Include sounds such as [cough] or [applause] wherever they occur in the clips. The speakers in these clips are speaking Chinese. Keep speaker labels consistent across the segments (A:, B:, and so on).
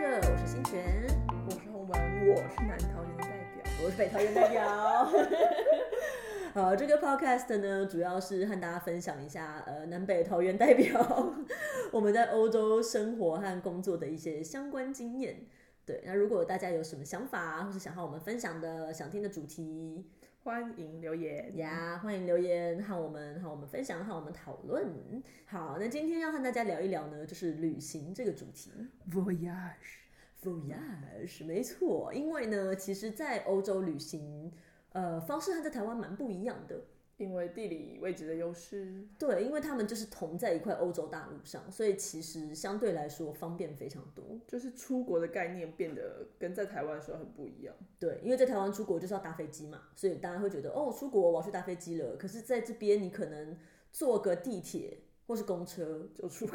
A: 晨，我是洪文，我是南桃园的代表，我是北桃园代表。 [laughs] 好，这个 podcast 呢，主要是和大家分享一下，呃，南北桃园代表 [laughs] 我们在欧洲生活和工作的一些相关经验。对，那如果大家有什么想法，啊或是想和我们分享的、想听的主题
B: 欢迎留言。
A: 呀欢迎留言和我们和我们分享，和我们讨论。好，那今天要和大家聊一聊呢，就是旅行这个主题。
B: Voyage，
A: Voyage，没错，因为呢，其实，在欧洲旅行，呃，方式和在台湾蛮不一样的。
B: 因为地理位置的优势，
A: 对，因为他们就是同在一块欧洲大陆上，所以其实相对来说方便非常多。
B: 就是出国的概念变得跟在台湾的时候很不一样。
A: 对，因为在台湾出国就是要搭飞机嘛，所以大家会觉得哦，出国我要去搭飞机了。可是在这边，你可能坐个地铁或是公车，
B: 就出国，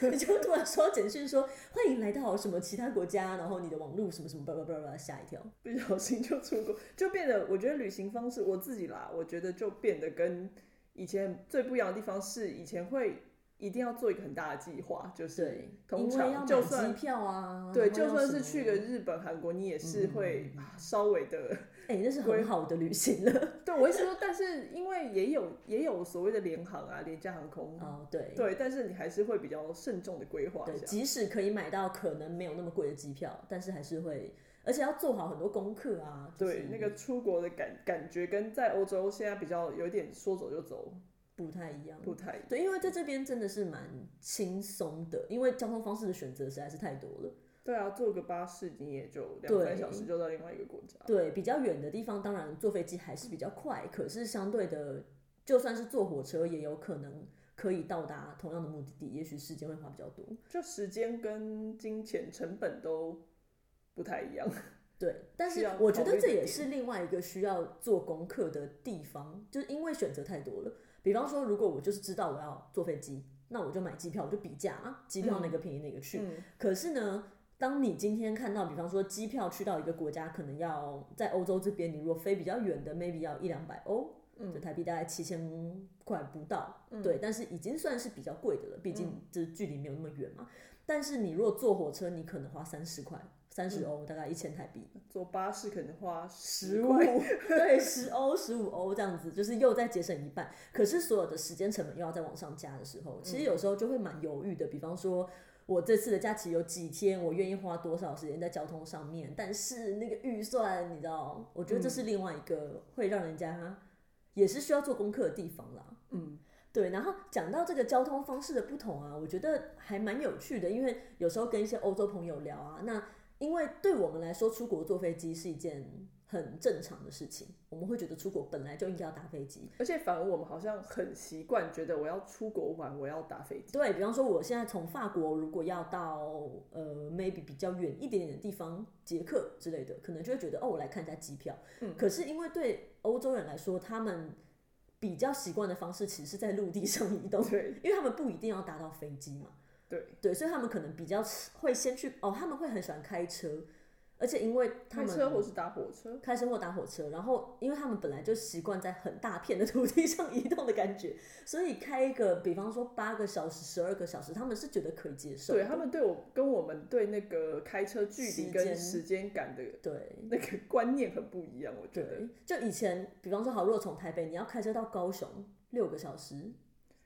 A: [laughs] 你就突然收到简讯说欢迎来到什么其他国家，然后你的网络什么什么叭叭叭叭，吓一跳。
B: 不小心就出国，就变得我觉得旅行方式我自己啦，我觉得就变得跟以前最不一样的地方是，以前会一定要做一个很大的计划，就是
A: 对，
B: 通
A: 因为要
B: 常
A: 买
B: 就
A: 机
B: 算。
A: 票啊，
B: 对，
A: 然后
B: 就
A: 要
B: 算
A: 什
B: 是
A: 么
B: 去个日本、韩国，你也是会
A: 嗯
B: 啊稍微的。
A: 哎、那是很好的旅行了。
B: 对，我意思说，但是因为也有也有所谓的联航啊、廉价航空，
A: 哦，对
B: 对，但是你还是会比较慎重的规划
A: 对
B: 一下。
A: 即使可以买到可能没有那么贵的机票，但是还是会，而且要做好很多功课啊。就是
B: 对，那个出国的感感觉跟在欧洲现在比较有点说走就走，
A: 不太一样。
B: 不太一样。
A: 对，因为在这边真的是蛮轻松的，因为交通方式的选择实在是太多了。
B: 对啊，坐个巴士你也就两
A: 对
B: 三小时就到另外一个国家。
A: 对，比较远的地方，当然坐飞机还是比较快，可是相对的，就算是坐火车，也有可能可以到达同样的目的地，也许时间会花比较多。
B: 就时间跟金钱成本都不太一样。
A: 对，但
B: 需
A: 是
B: 要
A: 我觉
B: 考
A: 得
B: 虑
A: 这
B: 的
A: 也
B: 点
A: 是另外一个需要做功课的地方，就是因为选择太多了。比方说，如果我就是知道我要坐飞机，那我就买机票，我就比价啊，机票哪个便宜哪个去。
B: 嗯，
A: 可是呢，当你今天看到，比方说机票去到一个国家，可能要在欧洲这边，你如果飞比较远的，maybe 要一两百欧，
B: 嗯
A: 就台币大概七千块不到，对，但是已经算是比较贵的了，毕
B: 嗯
A: 竟这距离没有那么远嘛。但是你如果坐火车，你可能花三十块，三
B: 嗯
A: 十欧，大概一千台币，
B: [laughs] 坐巴士可能花十
A: 十五
B: 块， [laughs]
A: 对，十欧、十五欧这样子，就是又再节省一半。可是所有的时间成本又要再往上加的时候，其实有时候就会蛮犹豫的。比方说，我这次的假期有几天，我愿意花多少时间在交通上面？但是那个预算，你知道，我觉得这是另外一个会让人家也是需要做功课的地方啦。
B: 嗯，
A: 对，然后讲到这个交通方式的不同啊，我觉得还蛮有趣的，因为有时候跟一些欧洲朋友聊啊，那因为对我们来说，出国坐飞机是一件很正常的事情，我们会觉得出国本来就应该要搭飞机。
B: 而且反而我们好像很习惯，觉得我要出国玩，我要搭飞机。 [laughs]
A: 对比方说，我现在从法国如果要到呃 maybe 比较远一点点的地方，捷克之类的，可能就会觉得哦，我来看一下机票。
B: 嗯
A: 可是因为对欧洲人来说，他们比较习惯的方式其实是在陆地上移动， [laughs]
B: 对
A: 因为他们不一定要搭到飞机嘛。
B: 对，
A: 对，所以他们可能比较会先去哦，他们会很喜欢开车，而且因为他
B: 开
A: 们
B: 车或是搭火车，
A: 开车或搭火车，然后因为他们本来就习惯在很大片的土地上移动的感觉，所以开一个比方说八个小时、十二个小时，他们是觉得可以接受。
B: 对他们对我跟我们对那个开车距
A: 时
B: 离
A: 间
B: 跟时间感的
A: 对
B: 那个 [laughs] 观念很不一样，我觉得
A: 对，就以前比方说好，如果从台北你要开车到高雄六个小时，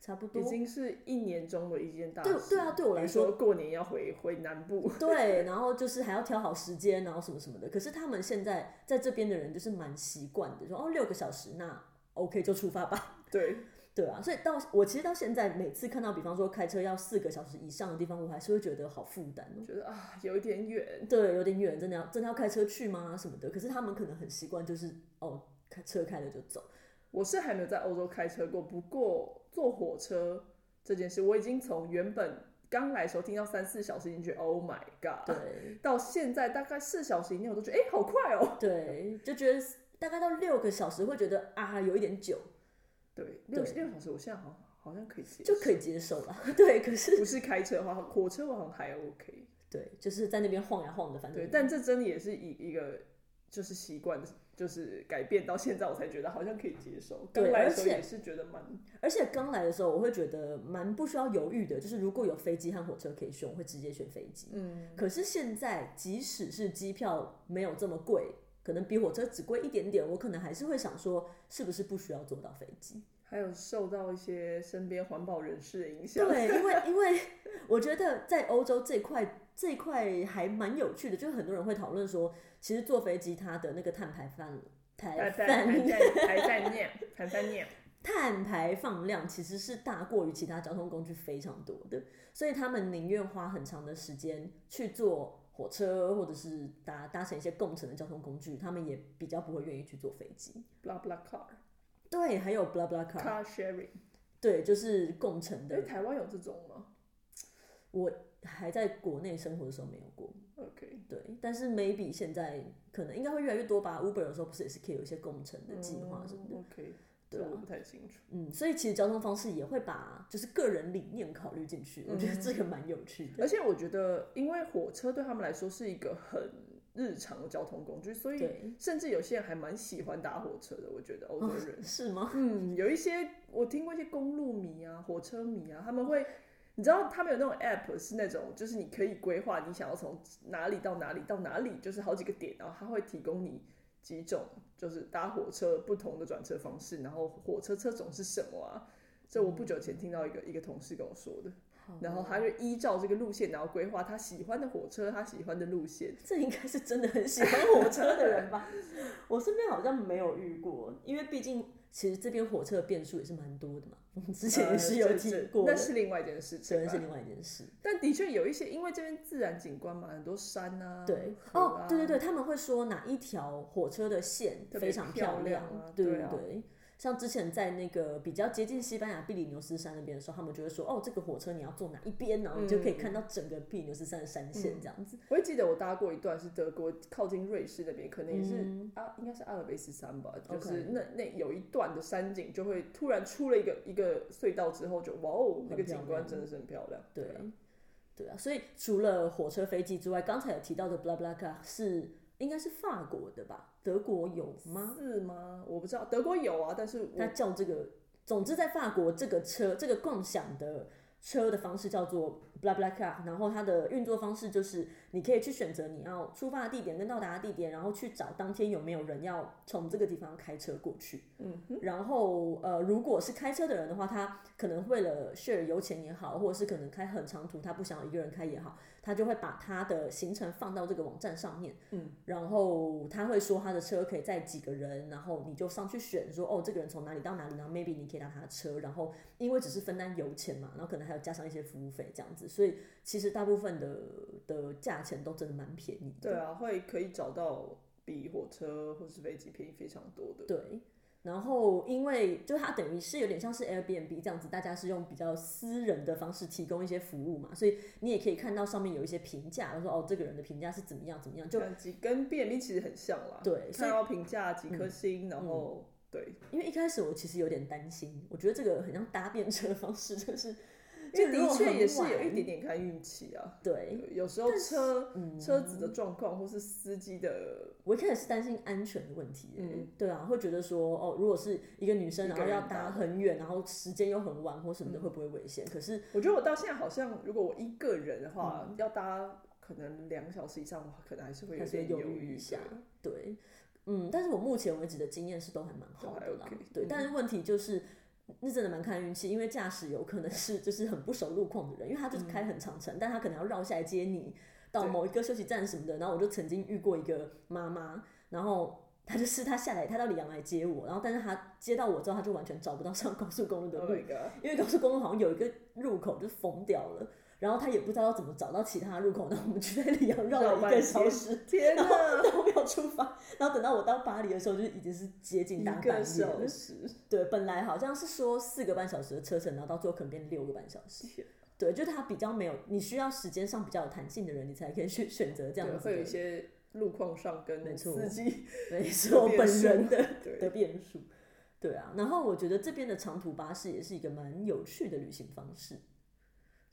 A: 差不多
B: 已。经是一年中的一件大
A: 对
B: 事。
A: 对啊对我来
B: 比如
A: 说
B: 说过年要回回南部，
A: 对，然后就是还要挑好时间，然后什么什么的。可是他们现在在这边的人就是蛮习惯的，说哦六个小时那 OK 就出发吧。 [laughs]
B: 对，
A: 对啊，所以到我其实到现在每次看到，比方说开车要四个小时以上的地方，我还是会觉得好负担哦。
B: 觉得啊有一点远，
A: 对，有点远，真的要真的要开车去吗？什么的？可是他们可能很习惯，就是哦，开车开了就走。
B: 我是还没有在欧洲开车过，不过坐火车这件事，我已经从原本刚来的时候听到三四小时，已经觉得 Oh my God，
A: 对
B: 到现在大概四小时以内，我都觉得哎、好快哦。
A: 对，就觉得大概到六个小时会觉得啊有一点久，
B: 对，六
A: 对
B: 六小时，我现在好像好像可以接受，
A: 就可以接受了。 [laughs] 对，可是
B: [laughs] 不是开车的话，火车我好像还 OK。
A: 对，就是在那边晃呀晃的，反正
B: 对，但这真的也是一一个就是习惯的就是改变到现在，我才觉得好像可以接受。
A: 对
B: 刚来的
A: 而
B: 时候
A: 且
B: 也是觉得蛮
A: 而且刚来的时候，我会觉得蛮不需要犹豫的，就是如果有飞机和火车可以选，我会直接选飞机。
B: 嗯，
A: 可是现在，即使是机票没有这么贵，可能比火车只贵一点点，我可能还是会想说，是不是不需要坐到飞机？
B: 还有受到一些身边环保人士的影响。
A: 对，因为因为我觉得在欧洲这块这块还蛮有趣的，就是很多人会讨论说，其实坐飞机它的那个碳排放
B: 还
A: 排
B: 在还
A: [laughs] 放
B: 在还在念， [laughs] 还在念。
A: 碳排放量其实是大过于其他交通工具非常多的，所以他们宁愿花很长的时间去坐火车或者是搭搭乘一些共乘的交通工具，他们也比较不会愿意去坐飞机。
B: blah blah car
A: 对，还有 blah blah car，
B: car sharing，
A: 对，就是共乘
B: 哎，
A: 的。
B: 台湾有这种吗
A: 我还在国内生活的时候没有过，
B: ？OK，
A: 对，但是 maybe 现在可能应该会越来越多吧。Uber 有时候不是也是可以有一些共乘的计划什么的，
B: 嗯 OK，
A: 对
B: 这我
A: 啊
B: 不太清楚。
A: 嗯，所以其实交通方式也会把就是个人理念考虑进去，我觉得这个蛮有趣的。
B: 而且我觉得，因为火车对他们来说是一个很日常的交通工具，所以
A: 对，
B: 甚至有些人还蛮喜欢搭火车的。我觉得欧洲人，
A: 是吗？ [laughs]
B: 嗯，有一些我听过一些公路迷啊、火车迷啊，他们会，你知道他们有那种 app 是那种，就是你可以规划你想要从哪里到哪里到哪里，就是好几个点，然后它会提供你几种就是搭火车不同的转车方式，然后火车车种是什么啊？这我不久前听到一个一个同事跟我说的，然后他就依照这个路线，然后规划他喜欢的火车，他喜欢的路线。
A: 这应该是真的很喜欢火车的人吧？ [laughs] 我身边好像没有遇过，因为毕竟其实这边火车的变数也是蛮多的嘛。 [laughs] 我们之前也是有
B: 呃这
A: 提
B: 这
A: 过的，
B: 那是另外一件事情
A: 虽
B: 啊、
A: 然是另外一件事。
B: 但的确有一些，因为这边自然景观嘛，很多山啊，
A: 对，
B: 河
A: 哦
B: 啊，
A: 对对对，，他们会说哪一条火车的线
B: 特别
A: 非常漂
B: 漂亮啊
A: 对
B: 对啊
A: 对。像之前在那个比较接近西班牙比利牛斯山那边的时候，他们就会说，哦，这个火车你要坐哪一边，然后你就
B: 嗯
A: 可以看到整个比利牛斯山的山线这样子。
B: 我也记得我搭过一段是德国靠近瑞士那边，可能也是、
A: 嗯
B: 啊，应该是阿尔卑斯山吧，
A: OK
B: 就是那那有一段的山景就会突然出了一个一个隧道之后就，哇哦，那个景
A: 漂
B: 观
A: 亮
B: 真的是很漂亮。
A: 对
B: 啊，
A: 对啊，所以除了火车、飞机之外，刚才有提到的 blah blah car 是应该是法国的吧？德国有吗？
B: 是吗？我不知道，德国有啊，但是
A: 它
B: 我
A: 叫这个，总之在法国这个车这个共享的车的方式叫做 blah blah car，然后它的运作方式就是你可以去选择你要出发的地点跟到达的地点，然后去找当天有没有人要从这个地方开车过去。
B: 嗯哼，
A: 然后呃，如果是开车的人的话，他可能为了 share 油钱也好，或者是可能开很长途，他不想一个人开也好，他就会把他的行程放到这个网站上面。
B: 嗯，
A: 然后他会说他的车可以载几个人，然后你就上去选说哦，这个人从哪里到哪里，然后 maybe 你可以搭他的车，然后因为只是分担油钱嘛，然后可能还有加上一些服务费这样子，所以其实大部分的的价钱都真的蛮便宜的。
B: 对啊，会可以找到比火车或是飞机便宜非常多的。
A: 对，然后因为就它等于是有点像是 Airbnb 这样子，大家是用比较私人的方式提供一些服务嘛，所以你也可以看到上面有一些评价，然后说哦这个人的评价是怎么样怎么样，就
B: 看几跟 B M 其实很像啦，
A: 对所以嗯
B: 看到评价几颗星，然后、对，
A: 因为一开始我其实有点担心，我觉得这个很像搭便车的方式，就是
B: 这
A: 如
B: 的
A: 果
B: 确
A: 很
B: 也是
A: 晚嗯
B: 有一点点看运气啊。
A: 对。
B: 有时候车
A: 嗯
B: 车子的状况或是司机的，
A: 我一开始是担心安全的问题、
B: 嗯
A: 对啊，会觉得说哦，如果是一个女生，
B: 一个
A: 然后要
B: 人
A: 搭嗯
B: 搭
A: 很远，然后时间又很晚或什么的，会不会危险？可是
B: 我觉得我到现在好像，如果我一个人的话，要搭可能两个小时以上，我可能还是会
A: 嗯还
B: 有
A: 是会
B: 点
A: 犹
B: 豫
A: 豫一下。对，嗯，但是我目前为止的经验是都还蛮好的
B: 都
A: 啦。
B: 还 OK，
A: 对，
B: 嗯
A: 但是问题就是。那真的蛮看运气，因为驾驶有可能是就是很不熟路况的人，因为他就是开很长程，但他可能要绕下来接你到
B: 嗯对
A: 某一个休息站什么的。然后我就曾经遇过一个妈妈，然后她就是她下来，她到里昂来接我，然后但是她接到我之后，她就完全找不到上高速公路的
B: Oh
A: 路
B: my god！
A: 因为高速公路好像有一个入口就封掉了，然后他也不知道要怎么找到其他入口，然后我们就在里昂 [laughs] 绕了一个小时，[laughs]
B: 天
A: 然后
B: 哪，
A: 都没有出发，然后等到我到巴黎的时候，就已经是接近大
B: 一
A: 半
B: 个
A: 夜
B: 小
A: 了。 [laughs]
B: 时，
A: 对，本来好像是说四个半小时的车程，然后到最后可能变六个半小时。
B: 天
A: 对，就是他比较没有，你需要时间上比较有弹性的人，你才可以去选择这
B: 对
A: 样子
B: 会有一
A: 的，
B: 些路况上
A: 没
B: 跟
A: 错
B: 司机
A: 对，是我
B: 变
A: 本
B: 数
A: 人的的
B: [laughs] 对
A: 变数。对啊，然后我觉得这边的长途巴士也是一个蛮有趣的旅行方式。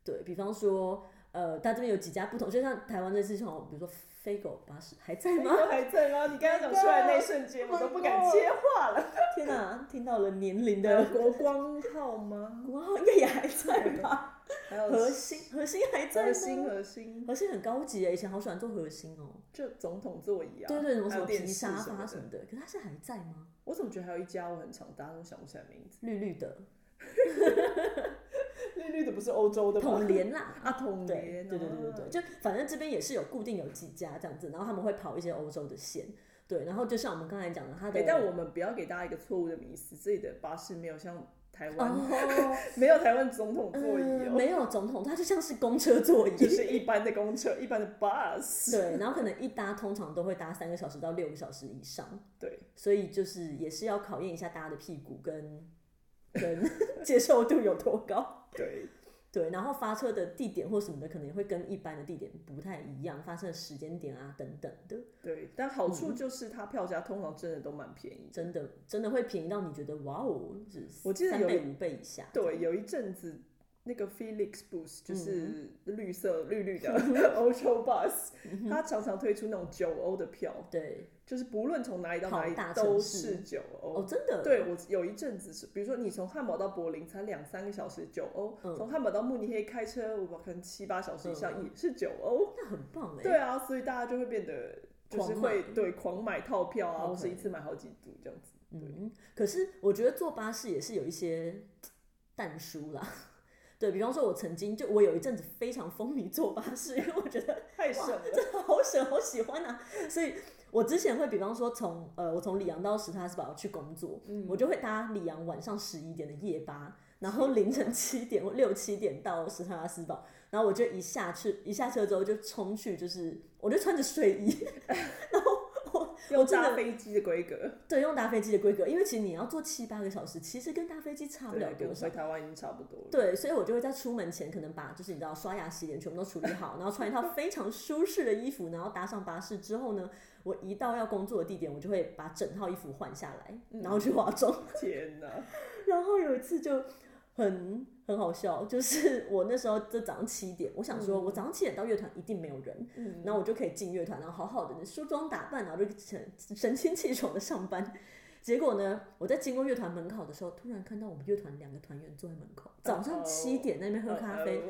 A: 对比方说，呃，它这边有几家不同，就像台湾类似像比如说飞狗巴士还在吗？
B: 都还在吗？你刚刚讲出来那一瞬间，
A: ，Oh
B: 我都不敢接话了。
A: 天哪、听到了年龄
B: 还有
A: 的
B: 国光号吗？
A: 哇，应该也还在吧？
B: 还有
A: 核心核心还在吗
B: 核心核心，
A: 核心很高级耶，以前好喜欢做核心哦。
B: 就总统座椅啊，
A: 对对，什么
B: 还
A: 什
B: 有
A: 么皮
B: 电视
A: 沙
B: 什
A: 发
B: 么
A: 什么
B: 的。
A: 的，可是它现在还在吗？
B: 我怎么觉得还有一家我很常搭，但我想不起来名字。
A: 绿绿
B: [laughs]
A: 的
B: 绿绿的不是欧洲的吗？
A: 统联啦，
B: [laughs] 啊，统
A: 对
B: 联，哦啊
A: 对对对对对，就反正这边也是有固定有几家这样子，然后他们会跑一些欧洲的线，对，然后就像我们刚才讲的，它的、
B: 哎但我们不要给大家一个错误的迷思，这里的巴士没有像台湾、 [laughs]
A: 哦，
B: 没有台湾总统座椅
A: 嗯，[laughs]
B: 哦，
A: 没有总统，它就像是公车座椅，
B: 就是一般的公车、一般的 bus。
A: 对，然后可能一搭通常都会搭三个小时到六个小时以上，
B: 对，
A: 所以就是也是要考验一下大家的屁股跟跟 [laughs] 接受度有多高。
B: 对，
A: 对，然后发车的地点或什么的，可能也会跟一般的地点不太一样，发车的时间点啊等等的，
B: 对，但好处
A: 嗯
B: 就是它票价通常真的都蛮便宜的。
A: 真的真的会便宜到你觉得哇哦，是
B: 我记得
A: 三
B: 有
A: 倍五倍以下，
B: 对，有一阵子那个 Felix Bus
A: 嗯
B: 就是绿色绿
A: [laughs]
B: 绿的欧洲 bus，它
A: 嗯
B: 常常推出那种九欧的票，
A: 对
B: 就是不论从哪里到哪里
A: 跑大城
B: 都
A: 市
B: 是九欧
A: 哦，。真的
B: 对我有一阵子是，比如说你从汉堡到柏林才两三个小时九欧，
A: 嗯
B: 从汉堡到慕尼黑开车我可能七八小时以上
A: 嗯
B: 也是九欧。
A: 那很棒哎，
B: 对啊，所以大家就会变得就是
A: 狂
B: 会
A: 买
B: 对狂买套票啊，或
A: OK
B: 是一次买好几组这样子。
A: 嗯，可是我觉得坐巴士也是有一些淡疏啦。 [laughs] 对比方说，我曾经就我有一阵子非常风靡坐巴士，因为我觉得
B: 太省了，
A: [laughs] 真的好省，好喜欢啊！所以我之前会比方说从呃，我从里昂到史塔斯堡去工作，
B: 嗯
A: 我就会搭里昂晚上十一点的夜巴，然后凌晨七点或六七点到史塔斯堡，然后我就一下去一下车之后就冲去，就是我就穿着睡衣， [laughs]
B: 又
A: 真的
B: 搭飞机的规格，
A: 对，用搭飞机的规格，因为其实你要坐七八个小时，其实跟搭飞机差不了
B: 对，
A: 啊多
B: 跟
A: 少
B: 回。台湾已经差不多了。
A: 对，所以我就会在出门前可能把就是你知道刷牙洗脸全部都处理好，然后穿一套非常舒适的衣服，然后搭上巴士之后呢，我一到要工作的地点，我就会把整套衣服换下来，然后去化妆。 [laughs]
B: 天哪！
A: 然后有一次就很很好笑，就是我那时候就早上七点，我想说我早上七点到乐团一定没有人，
B: 嗯
A: 然后我就可以进乐团，然后好好的梳妆打扮，然后就神神清气爽的上班。结果呢，我在经过乐团门口的时候，突然看到我们乐团两个团员坐在门口，早
B: 哦
A: 上七点在那边喝咖啡。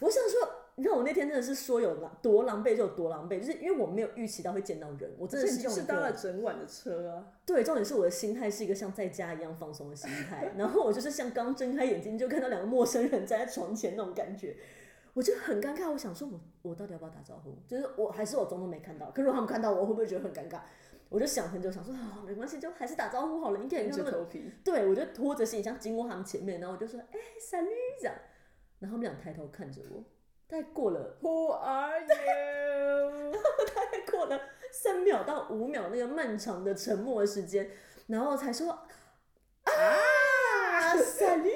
A: 我想说，你知道我那天真的是说有狼多狼狈就有多狼狈，就是因为我没有预期到会见到人，我真
B: 这
A: 的
B: 是
A: 是用
B: 是
A: 一
B: 搭了
A: 个
B: 整晚的车啊，
A: 对，重点是我的心态是一个像在家一样放松的心态，然后我就是像刚睁开眼睛就看到两个陌生人站在床前那种感觉。我就很尴尬，我想说我，我到底要不要打招呼？就是我还是我装作没看到，可是如果他们看到我，我会不会觉得很尴尬？我就想很久，想说啊、没关系，就还是打招呼好了，应该也
B: 硬
A: 让他
B: 着
A: 们
B: 头皮。
A: 对，我就拖着行李箱经过他们前面，然后我就说：“哎、三绿这样。”然后他们俩抬头看着我，大概过了
B: Who are
A: [laughs]
B: you？
A: 大概过了三秒到五秒那个漫长的沉默的时间，然后才说：“ [laughs] 啊，三绿。”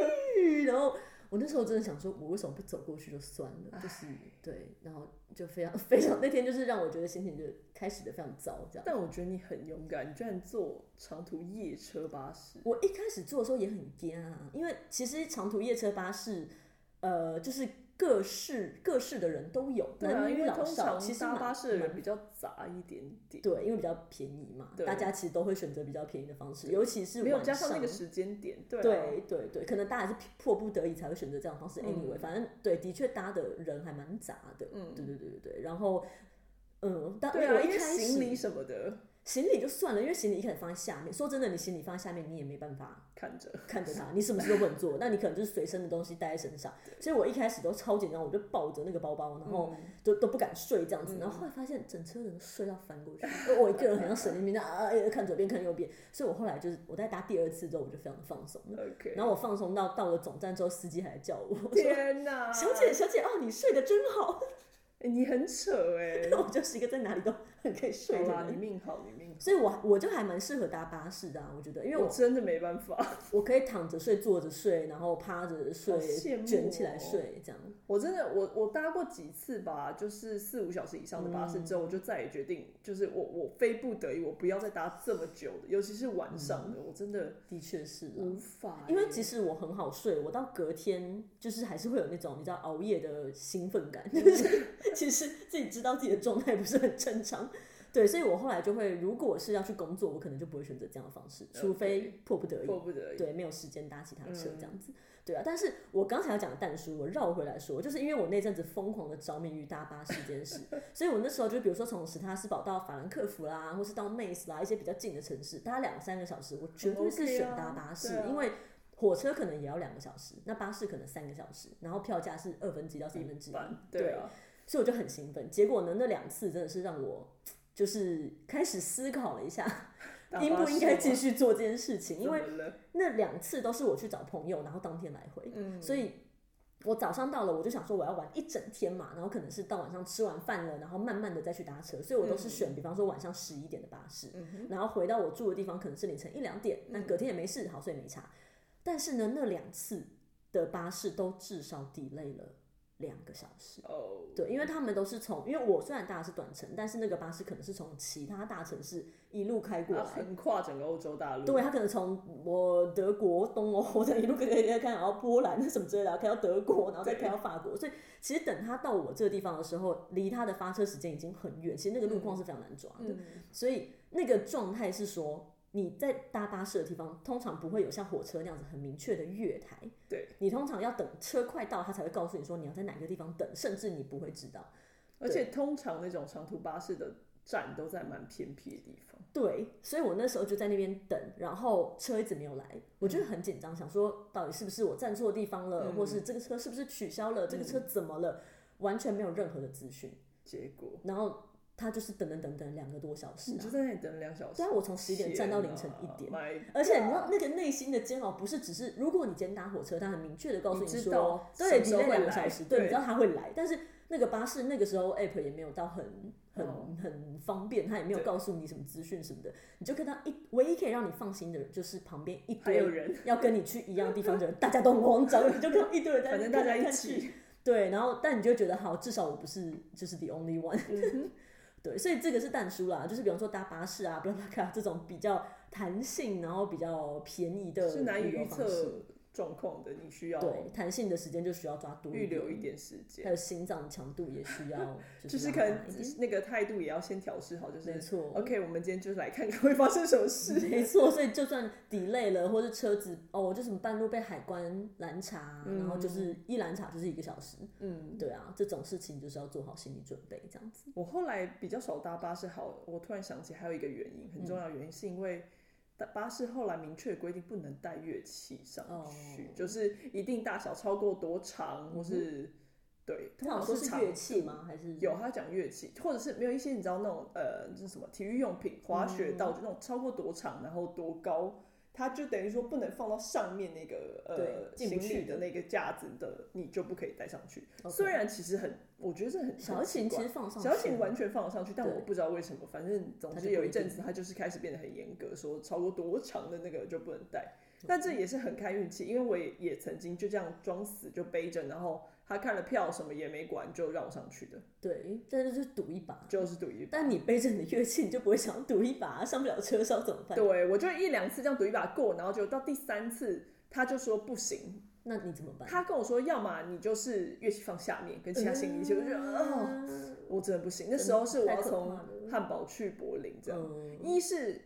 A: 然后我那时候真的想说，我为什么不走过去就算了？就是对，然后就非常 [laughs] 非常那天就是让我觉得心情就开始的非常糟，这样。
B: 但我觉得你很勇敢，你居然坐长途夜车巴士。
A: 我一开始做的时候也很惊啊，因为其实长途夜车巴士，呃，就是各式各式的人都有，
B: 对啊，
A: 男
B: 因
A: 女
B: 为
A: 老
B: 通
A: 少，其
B: 常
A: 实
B: 搭
A: 蛮
B: 巴士的人
A: 蛮
B: 比较杂一点点，
A: 对，因为比较便宜嘛，
B: 对
A: 大家其实都会选择比较便宜的方式，尤其是
B: 没有
A: 晚
B: 加
A: 上。
B: 上那个时间点，对啊
A: 对对对，可能大家还是迫不得已才会选择这样的方式。
B: 嗯
A: Anyway，、反正对，的确搭的人还蛮杂的。
B: 嗯
A: 对对对对对。然后，嗯，但
B: 对
A: 我
B: 啊，
A: 一
B: 因为
A: 开始
B: 行李什么的
A: 行李就算了，因为行李一开始放在下面。说真的，你行李放在下面，你也没办法
B: 看着，
A: 看着它，你什么事都不能做，那你可能就是随身的东西带在身上。所以我一开始都超紧张，我就抱着那个包包，然
B: 哦
A: 后都、都不敢睡这样
B: 嗯
A: 子。然后后来发现整车人都睡到翻过去，因为我一个人很像
B: [laughs]
A: 神经病，那啊啊看左边看右边。所以我后来就是我在搭第二次之后，我就非常的放松了。
B: OK，
A: 然后我放松到到了总站之后，司机还来叫我，我说
B: 天哪，
A: 小姐小姐哦，你睡得真好。
B: 欸你
A: [laughs]，
B: 很扯哎
A: 我就是一个在哪里都很可以睡
B: 好啊
A: 的
B: 啦，你
A: 人。
B: 命好，你命好，
A: 所以我，我就还蛮适合搭巴士的、啊，我觉得，因为我
B: 我真的没办法，
A: 我可以躺着睡、坐着睡，然后趴着睡、
B: 好羡慕哦
A: 卷起来睡，这样。
B: 我真的我我搭过几次吧，就是四五小时以上的巴士之后，我
A: 嗯
B: 就再也决定，就是我我非不得已，我不要再搭这么久的，尤其是晚上的，我真的
A: 的确是啊、
B: 无法欸，
A: 嗯因为即使我很好睡，我到隔天就是还是会有那种你知道熬夜的兴奋感，就是 [laughs] 其实自己知道自己的状态不是很正常。对，所以我后来就会，如果是要去工作，我可能就不会选择这样的方式，除非迫不得已。
B: 迫不得已。嗯
A: 对，没有时间搭其他车这样子，对啊。但是我刚才要讲的蛋叔，我绕回来说，就是因为我那阵子疯狂的着迷于搭巴士这件事，所以我那时候就比如说从史塔斯堡到法兰克福啦，或是到 n 斯啦一些比较近的城市，搭两三个小时，我绝对是
B: OK 啊
A: 选搭巴士，
B: 对啊
A: 因为火车可能也要两个小时，那巴士可能三个小时，然后票价是二分之一到三分之一，
B: 反对啊，
A: 所以我就很兴奋。结果呢，那两次真的是让我就是开始思考了一下，
B: 搭
A: 应
B: 巴
A: 不
B: 士
A: 应该
B: 吗
A: 继续做这件事情，因为。
B: 怎么了
A: 那两次都是我去找朋友，然后当天来回，
B: 嗯
A: 所以我早上到了，我就想说我要玩一整天嘛，然后可能是到晚上吃完饭了，然后慢慢的再去搭车，所以我都是选，比方说晚上十一点的巴士，然后回到我住的地方可能是凌晨一两点，那隔天也没事，好，所以没差。但是呢，那两次的巴士都至少 delay 了两个小时。
B: 哦，
A: 对，因为他们都是从，因为我虽然搭的是短程，但是那个巴士可能是从其他大城市一路开过
B: 它
A: 来，
B: 横跨整个欧洲大陆，
A: 啊对，啊他可能从我德国、东欧，或者一路跟人家看，然后波兰什么之类的，开到德国，然后再开到法
B: [laughs]
A: 国。所以其实等他到我这个地方的时候，离他的发车时间已经很远，其实那个路况是非常难抓的。
B: 嗯，
A: 所以那个状态是说，你在搭巴士的地方，通常不会有像火车那样子很明确的月台。
B: 对，
A: 你通常要等车快到，他才会告诉你说你要在哪个地方等，甚至你不会知道。
B: 而且通常那种长途巴士的站都在蛮偏僻的地方，
A: 对，所以我那时候就在那边等，然后车一直没有来，我就很紧张，想说到底是不是我站错地方了，或是这个车是不是取消了，这个车怎么了，完全没有任何的资讯。
B: 结果
A: 然后他就是等等等等两个多小时
B: 你
A: 啊
B: 就，在那里等两小时，
A: 对啊，我从十点站到凌晨一点
B: 天。哪，My
A: 而且你知道那个内心的煎熬，不是只是如果你今天搭火车，他很明确的告诉
B: 你知
A: 说
B: 道，
A: 对，delay
B: 什么时候会
A: 两个小
B: 来
A: 时，
B: 对
A: 对，你知道他会来，但是那个巴士那个时候 app 也没有到很很、
B: 哦
A: 很方便，他也没有
B: 对
A: 告诉你什么资讯什么的，你就看到一唯一可以让你放心的，就是旁边一
B: 还有
A: 堆
B: 人，
A: [laughs] 要跟你去一样地方的人，大家都很慌张，你就看到一堆人在那
B: 反
A: 边
B: 正大
A: 看
B: 家
A: 来
B: 一
A: 看去，
B: 起，
A: 对，然后但你就觉得好，至少我不是就是 the only one，
B: [laughs] 嗯
A: 对，所以这个是淡出啦，就是比方说搭巴士啊、布拉布拉卡这种比较弹性，然后比较便宜
B: 哼
A: 的
B: 是难以
A: 旅游
B: 预
A: 方式。
B: 测状况的，你需要
A: 对，弹性的时间就需要抓多
B: 预留
A: 一
B: 一
A: 点，
B: 点时间
A: 还。有心脏强度也需
B: [laughs]
A: 要，
B: 就是
A: 拉
B: 可
A: 大
B: 能
A: 一点
B: 那个态度也要先调试好，就
A: 嗯没
B: 是哦
A: 错。
B: OK，我们今天就是来看看会发生什么事。
A: 没错，所以就算 delay 了，或是车子哦，就什么半路被海关拦查，然后就是一拦查就是一个小时，
B: [laughs] 嗯，
A: 对啊，这种事情就是要做好心理准备，这样子。
B: 我后来比较少搭巴士，好，我突然想起还有一个原因，很重要的原因是因为搭巴士后来明确规定不能带乐器上去，
A: 哦嗯
B: 就是一定大小超过多长，或是、对，通
A: 他有
B: 常
A: 说
B: 哦是
A: 是
B: 长
A: 乐器吗？还是
B: 有，他讲乐器，或者是没有一些你知道那种呃，就是什么体育用
A: 嗯
B: 品、滑雪道具、那种超过多长，然后多高，它就等于说不能放到上面那个呃
A: 对进
B: 行
A: 不去
B: 李的
A: 的
B: 那个架子的，你就不可以带上去。
A: OK
B: 虽然其实很，我觉得这很
A: 小
B: 很
A: 型
B: 奇
A: 其
B: 怪
A: 实放上
B: 小
A: 去
B: 景
A: 了
B: 完全放得上去，但
A: 对
B: 我不知道为什么，反正总
A: 它
B: 之
A: 就不
B: 有
A: 一
B: 一阵
A: 定
B: 子他就是开始变得很严格，说超过多长的那个就不能带。但这也是很看运气，因为我也也曾经就这样装死就背着，然后他看了票什么也没管，就让我上去的，
A: 对，但是就是赌一把。
B: 就是赌一把。
A: 但你背着你的乐器，你就不会想要赌一把，上不了车是要怎么办？
B: 对我就一两次这样赌一把过，然后就到第三次他就说不行，
A: 那你怎么办？
B: 他跟我说要么你就是乐器放下面跟其他行李一起，我就觉得哦，
A: 嗯
B: 我真的不行。那时候是我要
A: 太可怕
B: 从
A: 了
B: 汉堡去柏林这样。
A: 嗯，
B: 一是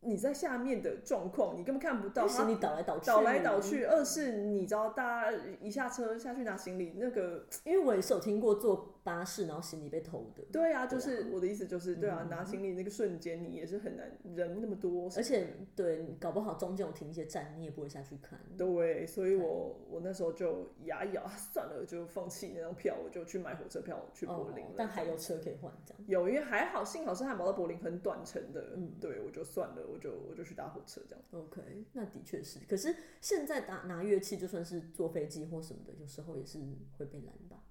B: 你在下面的状况，你根本看不到
A: 因为行李
B: 它
A: 倒来倒去，
B: 啊
A: 嗯
B: 倒来倒。去；嗯二是你知道，大家一下车下去拿行李，那个
A: 因为我也是有听过坐巴士然后行李被偷的，
B: 对啊，就是我的意思就是，对啊，拿行李那个瞬间你也是很难，人那么多，
A: 嗯而且对，搞不好中间有停一些站，你也不会下去看。
B: 对，所以我我那时候就牙一咬， [laughs] 啊算了，就放弃那张票，我就去买火车票去柏林了
A: 哦，。但还有车可以换，这样
B: 有，因为还好，幸好是汉堡到柏林很短程的，
A: 嗯
B: 对我就算了，我就我就去搭火车这样。
A: OK，那的确是。可是现在打拿乐器，就算是坐飞机或什么的，有时候也是会被拦吧。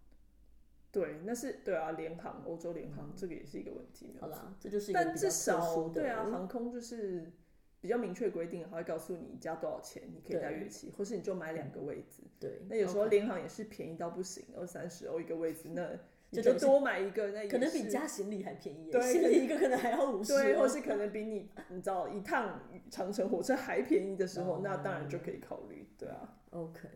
B: 对，那是对啊，联航欧洲联航、这个也是一个问题，没有
A: 嗯好啦，这就是一个
B: 但
A: 比较
B: 至
A: 特
B: 少
A: 殊的，
B: 对啊，航空就是比较明确规定，它会告诉你你加多少钱，你可以带
A: 对
B: 乐器，或是你就买两个位置。
A: 对。
B: 那有时
A: OK
B: 候联航也是便宜到不行，二三十欧一个
A: [laughs]
B: 位置，那你
A: 就
B: 就
A: 等于是
B: 多买一个，那也
A: 可能比
B: 是
A: 加行李还便宜耶，
B: 对
A: 行李一个可能还要五十，
B: 对，或是可能比你你知道一趟长城
A: 哦
B: 火车还便宜的时候，那当然就可以考虑，对啊。
A: OK，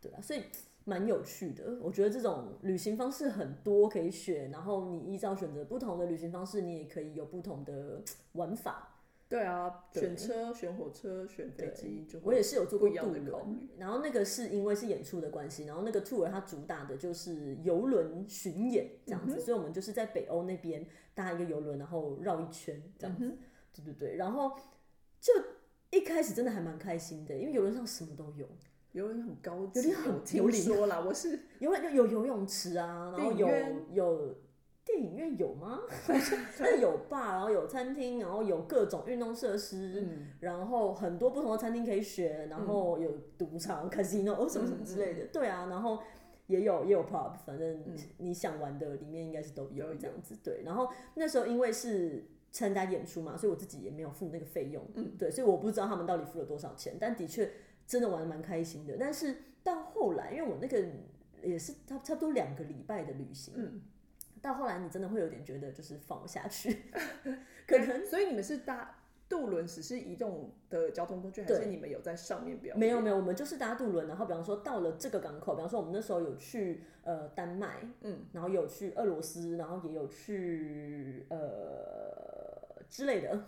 A: 对啊，所以蛮有趣的。我觉得这种旅行方式很多可以选，然后你依照选择不同的旅行方式，你也可以有不同的玩法。
B: 对啊，
A: 对
B: 选车、选火车、选飞
A: 对
B: 机，就
A: 我也是有做过
B: 不一样
A: 渡
B: 的考虑
A: 轮，然后那个是因为是演出的关系，然后那个 tour 它主打的就是游轮巡演这样子，
B: 嗯
A: 所以我们就是在北欧那边搭一个游轮，然后绕一圈这样子。
B: 嗯哼
A: 对对对，然后就一开始真的还蛮开心的，因为游轮上什么都有，
B: 游轮很高级，
A: 有点很
B: 我
A: 有
B: 听
A: 礼貌
B: 说啦，我是
A: 游轮有有游泳池啊，然后
B: 电影
A: 有
B: 院
A: 有电影院有
B: [laughs]
A: 吗？ [laughs] 那有吧，然后有餐厅，然后有各种运动设施。
B: 嗯，
A: 然后很多不同的餐厅可以选，然后有赌
B: 嗯
A: 场、casino 哦什么什么之类的，对啊，然后也有也有 pub，反正
B: 嗯
A: 你想玩的里面应该是都有
B: 有
A: 这样子，对。然后那时候因为是参加演出嘛，所以我自己也没有付那个费用，
B: 嗯，
A: 对，所以我不知道他们到底付了多少钱，但的确真的玩的蛮开心的。但是到后来，因为我那个也是差差不多两个礼拜的旅行，
B: 嗯，
A: 到后来你真的会有点觉得就是放不下去，可能。
B: 所以你们是搭渡轮只是移动的交通工具，还是
A: 对
B: 你们有在上面表演？
A: 没有没有，我们就是搭渡轮，然后比方说到了这个港口，比方说我们那时候有去呃丹麦，
B: 嗯，
A: 然后有去俄罗斯，然后也有去呃之类
B: [laughs]
A: 的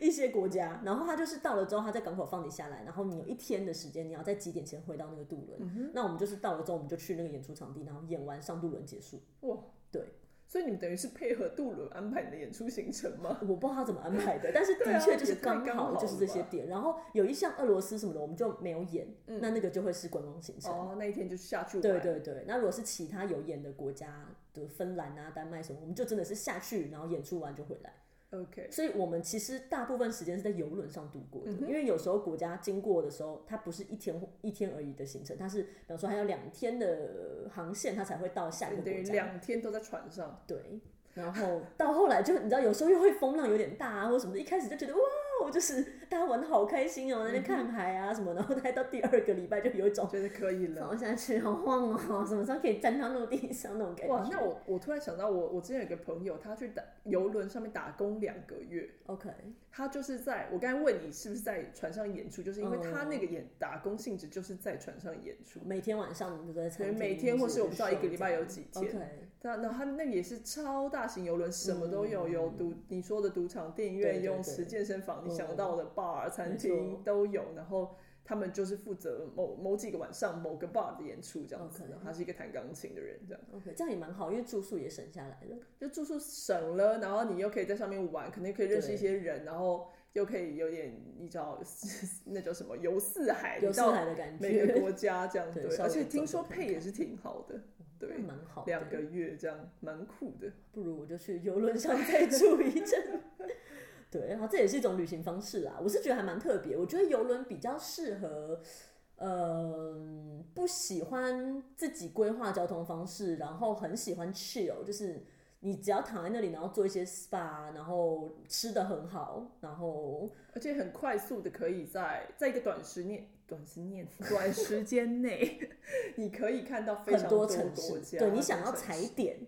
A: 一些国家，然后他就是到了之后，他在港口放你下来，然后你有一天的时间，你要在几点前回到那个渡
B: 嗯
A: 轮。那我们就是到了之后，我们就去那个演出场地，然后演完上渡轮结束。
B: 哇，
A: 对，
B: 所以你们等于是配合渡轮安排你的演出行程吗？
A: 我不知道他怎么安排的，但是
B: 对啊
A: 的确就是
B: 也太
A: 刚
B: 刚好
A: 好
B: 了
A: 就是这些
B: 吧嗯
A: 点，然后有一项俄罗斯什么的，我们就没有演，那那个就会是观光行程。
B: 哦，那一天就下去玩，
A: 对对对，那如果是其他有演的国家，就芬兰啊、丹麦什么，我们就真的是下去，然后演出完就回来。
B: ，OK，
A: 所以我们其实大部分时间是在游轮上度过的，
B: 嗯
A: 因为有时候国家经过的时候，它不是一天或一天而已的行程，它是比方说还有两天的航线，它才会到下一个
B: 等于
A: 国家。
B: 两天都在船上，
A: 对，然后到后来就你知道，有时候又会风浪有点大啊，或什么的，一开始就觉得哇。我就是大家玩的好开心哦，在那边看海啊什么，然后大概到第二个礼拜就有一种
B: 觉得可以了。
A: 倒下去，好晃哦！什么时候可以站到陆地上那种感觉？
B: 哇，那我我突然想到我，我之前有一个朋友，他去打游轮上面打工两个月，
A: OK，
B: 他就是在我刚才问你是不是在船上演出，就是因为
A: 嗯
B: 他那个演打工性质就是在船上演出，
A: 每天晚上你们都在餐
B: 对
A: 厅，
B: 每天或是我不知道一个礼拜有几
A: OK，
B: 那那他那个也是超大型游轮，什么都有，
A: 嗯
B: 有赌你说的赌场、电影
A: 对
B: 院、
A: 对
B: 游泳池、
A: 对
B: 健身房，你
A: 嗯
B: 想到的 bar、餐
A: 没错
B: 厅都有。然后他们就是负责某某几个晚上某个 bar 的演出这样子
A: OK。
B: 然后他是一个弹钢琴的人，这样
A: OK，这样也蛮好，因为住宿也省下来了。
B: 就住宿省了，然后你又可以在上面玩，可能可以认识一些人，然后又可以有点你知道 [laughs] 那叫什么游四海，
A: 有
B: 哎你
A: 四
B: 到
A: 海的感
B: 每个
A: 觉，
B: 国家这
A: [laughs]
B: 样
A: 对
B: 对，
A: 稍微
B: 而且听
A: 走走
B: 说
A: 看
B: 配
A: 看
B: 也是挺好的，对
A: 那， [laughs] 蛮好
B: 两个
A: 的。
B: 月这样蛮酷的。
A: 不如我就去游轮上再住一阵。对，然后这也是一种旅行方式啦，我是觉得还蛮特别。我觉得游轮比较适合，嗯，不喜欢自己规划交通方式，然后很喜欢 chill，就是你只要躺在那里，然后做一些 SPA，然后吃的很好，然后
B: 而且很快速的可以在在一个短时间、短时
A: [laughs]
B: 间、短时间内， [laughs] 你可以看到非
A: 很
B: 常多
A: 城
B: 国
A: 市，
B: 家
A: 对你想要
B: 多城
A: 踩
B: 市
A: 点，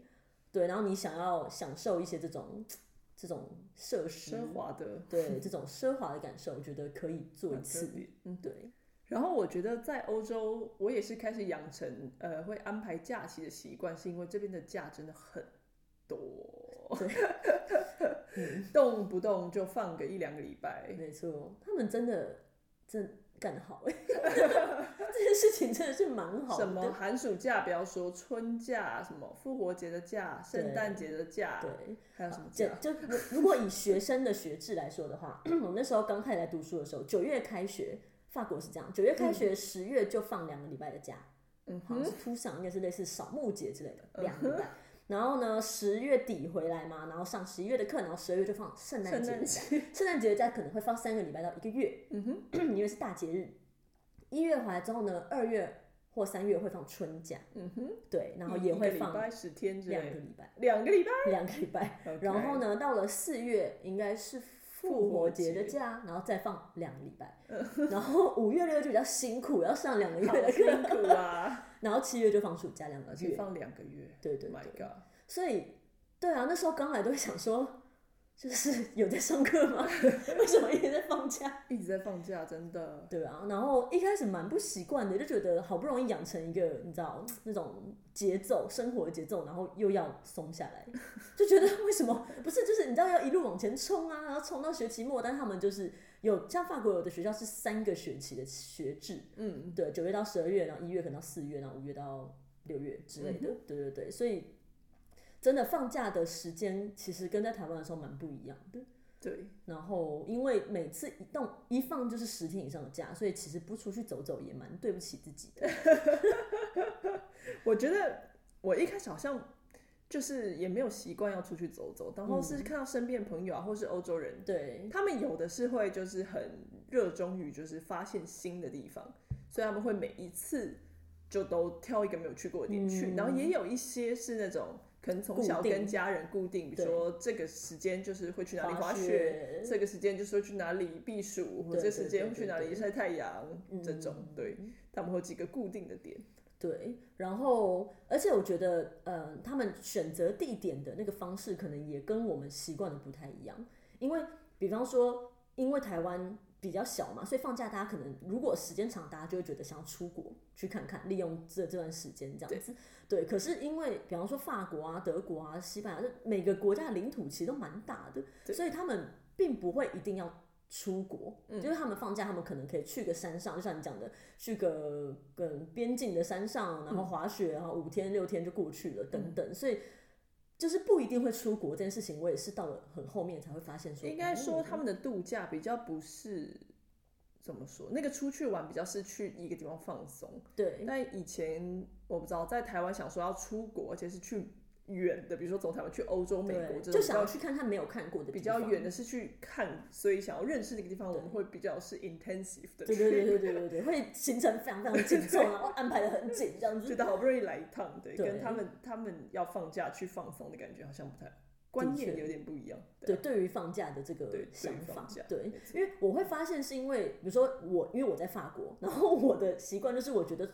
A: 对，然后你想要享受一些这种这种设施，
B: 奢华的 [laughs]
A: 对这种奢华的感受，我觉得可以做一次。
B: 点，嗯。
A: 对，
B: 然后我觉得在欧洲，我也是开始养成呃会安排假期的习惯，是因为这边的假真的很多， [laughs]
A: 嗯
B: 动不动就放个一两个礼拜。
A: 没错，他们真的真干得好
B: [laughs]
A: 哎、这件事情真的是蛮好的。
B: 什么寒暑假不要说，春假什么复活节的假、圣诞节的假，
A: 对，
B: 还有什么
A: 这
B: 假？
A: 就如如果以学生的学制来说的话， [clears throat] 我那时候刚开始来读书的时候，九月开学，法国是这样，九月开学，十、月就放两个礼拜的假，
B: 嗯
A: 好像
B: 哼，嗯
A: 是突赏，应该是类似扫墓节之类的两个礼拜。然后呢，十月底回来嘛，然后上十一月的课，然后十二月就放圣诞
B: 圣
A: 节的
B: 诞
A: 假。
B: 节，
A: 圣诞节的假可能会放三个礼拜到一个月，
B: 嗯哼。
A: [clears throat] 因为是大节日。一月回来之后呢，二月或三月会放春假，
B: 嗯哼，
A: 对，然后
B: 一
A: 也
B: 一
A: 会
B: 个礼
A: 放
B: 拜十天之
A: 两
B: 类
A: 个
B: 的，
A: 礼拜，
B: 两个礼拜。
A: 两个礼拜。
B: [laughs] OK
A: 然后？呢，到了四月应该是复
B: 复活
A: 活节的
B: 节嗯
A: 假，然后再放两个礼拜。 [laughs] 然后五月、六月就比较辛苦，要上两个月 [laughs]
B: 好
A: 的课，
B: 辛苦啊！
A: 然后七月就放暑假两个
B: 而
A: 月
B: 且。放两个月，Oh
A: 对对对。
B: ，My God！
A: 所以，对啊，那时候刚来都会想说，就是有在上课
B: [laughs]
A: 吗？为什么一直在放假？
B: 一直在放假，真的。
A: 对啊，然后一开始蛮不习惯的，就觉得好不容易养成一个你知道那种节奏生活的节奏，然后又要松下来， [laughs] 就觉得为什么不是就是你知道要一路往前冲啊，然后冲到学期末，但是他们就是有像法国有的学校是三个学期的学制，
B: 嗯，
A: 对，九月到十二月，然后一月可能到四月，然后五月到六月之类的，对对对，所以真的放假的时间其实跟在台湾的时候蛮不一样的。
B: 对，
A: 然后因为每次一动一放就是十天以上的假，所以其实不出去走走也蛮对不起自己的。
B: 我觉得我一开始好像就是也没有习惯要出去走走，然后是
A: 嗯
B: 看到身边朋友啊，或是欧洲人，
A: 对，
B: 他们有的是会就是很热衷于就是发现新的地方，所以他们会每一次就都挑一个没有去过的点去，
A: 嗯
B: 然后也有一些是那种。可能从小
A: 固定
B: 跟家人固定，比如
A: 对
B: 说这个时间就是会去哪里滑
A: 滑
B: 雪
A: 雪，
B: 这个时间就是会去哪里避暑，或者
A: 对
B: 这
A: 对
B: 时间
A: 对
B: 会去
A: 对
B: 哪里
A: 对
B: 晒太阳，这种
A: 嗯
B: 对，他们会有几个固定的点。
A: 对，然后而且我觉得，呃，他们选择地点的那个方式可能也跟我们习惯的不太一样，因为比方说，因为台湾比较小嘛，所以放假大家可能如果时间长，大家就会觉得想要出国去看看，利用这这段时间这样子。对，可是因为比方说法国啊、德国啊、西班牙，就每个国家的领土其实都蛮大的，
B: 对
A: 所以他们并不会一定要出国，
B: 嗯
A: 就是他们放假，他们可能可以去个山上，就像你讲的，去个跟边境的山上，
B: 嗯
A: 然后滑雪，然后五天六天就过去了，等等，所以。就是不一定会出国这件事情，我也是到了很后面才会发现说，
B: 应该说
A: 哦
B: 他们的度假比较不是怎么说，那个出去玩比较是去一个地方放松。
A: 对
B: 但以前我不知道，在台湾想说要出国，而且是去远的，比如说从台湾去欧洲、美国
A: 对，就
B: 这种比
A: 想要
B: 较
A: 去看看没有看过的
B: 比
A: 地
B: 较
A: 方
B: 远的是去看，所以想要认识那个地方，我
A: 对
B: 们会比较是 intensive 的
A: 对对对
B: 去，
A: 对对对对，会行程非常非常紧凑，然后安排的很紧，这样
B: 觉
A: 子。
B: 得好不容易来一趟，对，
A: 对
B: 跟他们他们要放假去放松的感觉好像不太观念
A: 确
B: 有点不一样。
A: 对，
B: 对啊，
A: 对于放假的这个
B: 对
A: 想
B: 对于
A: 法
B: 放假，
A: 对
B: 没，错
A: 因为我会发现是因为，比如说我，因为我在法国，然后我的习惯就是我觉得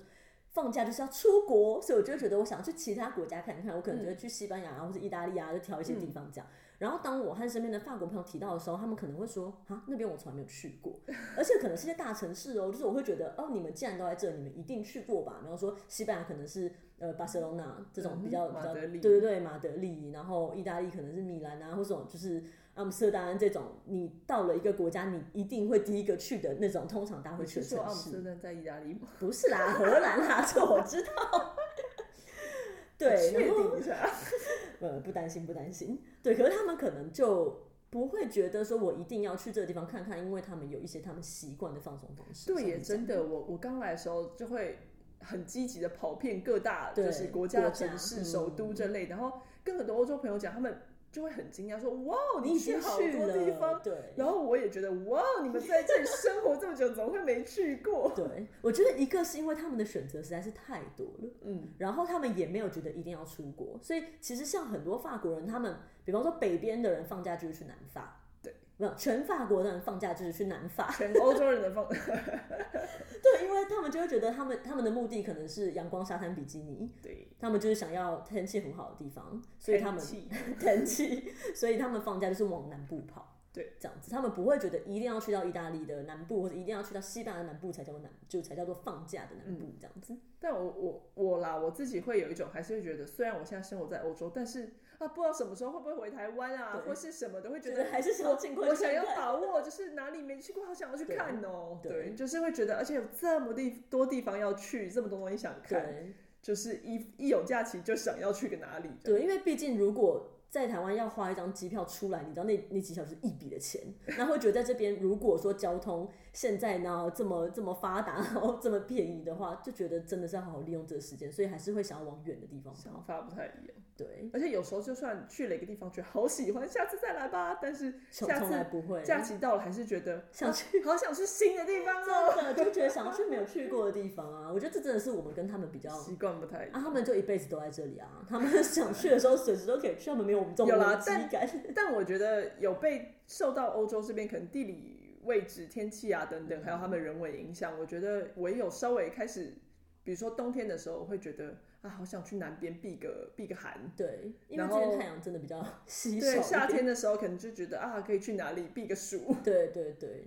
A: 放假就是要出国，所以我就会觉得我想要去其他国家看看，我可能就
B: 嗯
A: 会去西班牙啊或者意大利啊，就挑一些地方这样。然后当我和身边的法国朋友提到的时候，他们可能会说啊，那边我从来没有去过，而且可能是些大城市哦，就是我会觉得哦，你们既然都在这，你们一定去过吧。然后说西班牙可能是呃巴塞罗那这种比较
B: 嗯
A: 比较
B: 马德里
A: 对对对马德里，然后意大利可能是米兰啊，或这种就是阿姆斯特丹这种，你到了一个国家，你一定会第一个去的那种，通常大家会
B: 你
A: 去的
B: 是说
A: 城
B: 啊阿姆斯
A: 市
B: 特。丹在意大利吗？
A: 不是啦，荷兰啦，这我知道。 [laughs] 对，
B: [laughs] 确
A: 然后
B: 定
A: [laughs]
B: 一下。
A: 呃，不担心，不担心。对，可是他们可能就不会觉得说我一定要去这个地方看看，因为他们有一些他们习惯的放松方式。
B: 对
A: 像
B: 耶，
A: 你讲
B: 真的，我我刚来的时候就会很积极的跑遍各大
A: 对
B: 就是国家的
A: 国家
B: 城市、
A: 嗯
B: 首都这类，然后跟很多欧洲朋友讲，他们就会很惊讶说：“哇，
A: 你已
B: 去
A: 经
B: 好
A: 去
B: 多
A: 了，
B: 地方。”
A: 对。
B: 然后我也觉得哇，你们在这里生活这么久，怎么会没去过？ [laughs]
A: 对，我觉得一个是因为他们的选择实在是太多了，
B: 嗯，
A: 然后他们也没有觉得一定要出国，所以其实像很多法国人，他们比方说北边的人放假就是去南法，
B: 对，
A: 没有全法国的人放假就是去南
B: [laughs]
A: 法，
B: 全欧洲人的放，
A: 对，因为他们就会觉得他们他们的目的可能是阳光沙滩比基尼，
B: 对，
A: 他们就是想要天气很好的地方，所以他们
B: 天气
A: [laughs] 天气，所以他们放假就是往南部跑。
B: [laughs] 对，
A: 这样子，他们不会觉得一定要去到意大利的南部，或者一定要去到西班牙的南部才叫做南，就才叫做放假的南
B: 嗯
A: 部这样子。
B: 但我我我啦，我自己会有一种，还是会觉得，虽然我现在生活在欧洲，但是啊，不知道什么时候会不会回台湾啊，
A: 对
B: 或是什么的，会觉
A: 觉
B: 得
A: 得还是想要尽快
B: 我
A: 去
B: 想要
A: 看
B: 把握，就是哪里没去过，好想要去
A: 对
B: 看哦。
A: 对
B: 对，就是会觉得，而且有这么地多地方要去，这么多东西想看，
A: 对
B: 就是一一有假期就想要去个哪里。
A: 对，因为毕竟如果在台湾要花一张机票出来，你知道那那几小时一笔的钱，那会觉得在这边如果说交通现在呢这么这么发达，然后这么便宜的话，就觉得真的是要好好利用这个时间，所以还是会想要往远的地方
B: 想
A: 跑。
B: 法不太一样，
A: 对，
B: 而且有时候就算去了一个地方，觉得好喜欢，下次再来吧。但是
A: 从
B: 下
A: 从来
B: 次
A: 不会
B: 假期到了，还是觉得啊
A: 想
B: [laughs]
A: 去
B: 好想去新的地方哦，
A: 真的就觉得想要去没有去过的地方啊。我觉得这真的是我们跟他们比较啊，
B: 习惯不太一样。
A: 他们就一辈子都在这里啊，他们 [laughs] 想去的时候随时都可以去，他们没有我们这种
B: 有啦
A: 危机感。 [laughs]
B: 但我觉得有被受到欧洲这边可能地理位置、天气啊等等，还有他们人为影响，我觉得我也有稍微开始，比比如说冬天的时候，我会觉得啊，好想去南边避个避个寒。
A: 对，因为
B: 然
A: 这边
B: 后
A: 太阳真的比较稀少一
B: 对，
A: 点。
B: 夏天的时候可能就觉得啊，可以去哪里避个暑。
A: 对对对，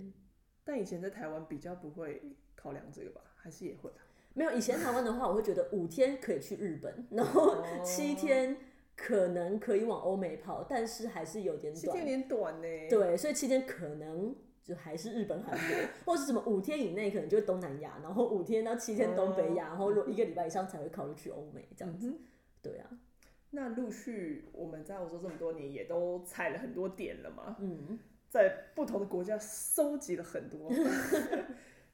B: 但以前在台湾比较不会考量这个吧，还是也会啊。
A: 没有以前台湾的话，我会觉得五天可以去日本，然后
B: 哦
A: 七天可能可以往欧美跑，但是还是有点
B: 七天有
A: 短。
B: 点短呢、嗯
A: 对，所以期间可能就还是日本、韩国，或是什么五天以内可能就是东南亚，然后五天到七天东北亚，
B: 哦
A: 然后如果一个礼拜以上才会考虑去欧美这样
B: 嗯
A: 子。
B: 哼。
A: 对啊，
B: 那陆续我们在澳洲这么多年，也都踩了很多点了嘛，
A: 嗯，
B: 在不同的国家搜集了
A: [laughs]
B: 很多。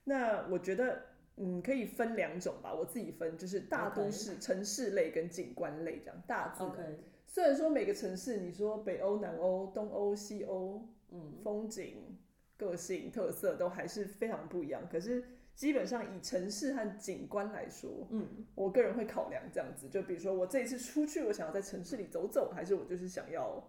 B: 那我觉得，嗯，可以分两种吧。我自己分就是大
A: OK
B: 都市、城市类跟景观类这样。大自然
A: OK，
B: 虽然说每个城市，你说北欧、南欧、东欧、西欧，
A: 嗯，
B: 风景、个性、特色都还是非常不一样，可是。基本上以城市和景观来说，
A: 嗯，
B: 我个人会考量这样子，就比如说我这一次出去，我想要在城市里走走，还是我就是想要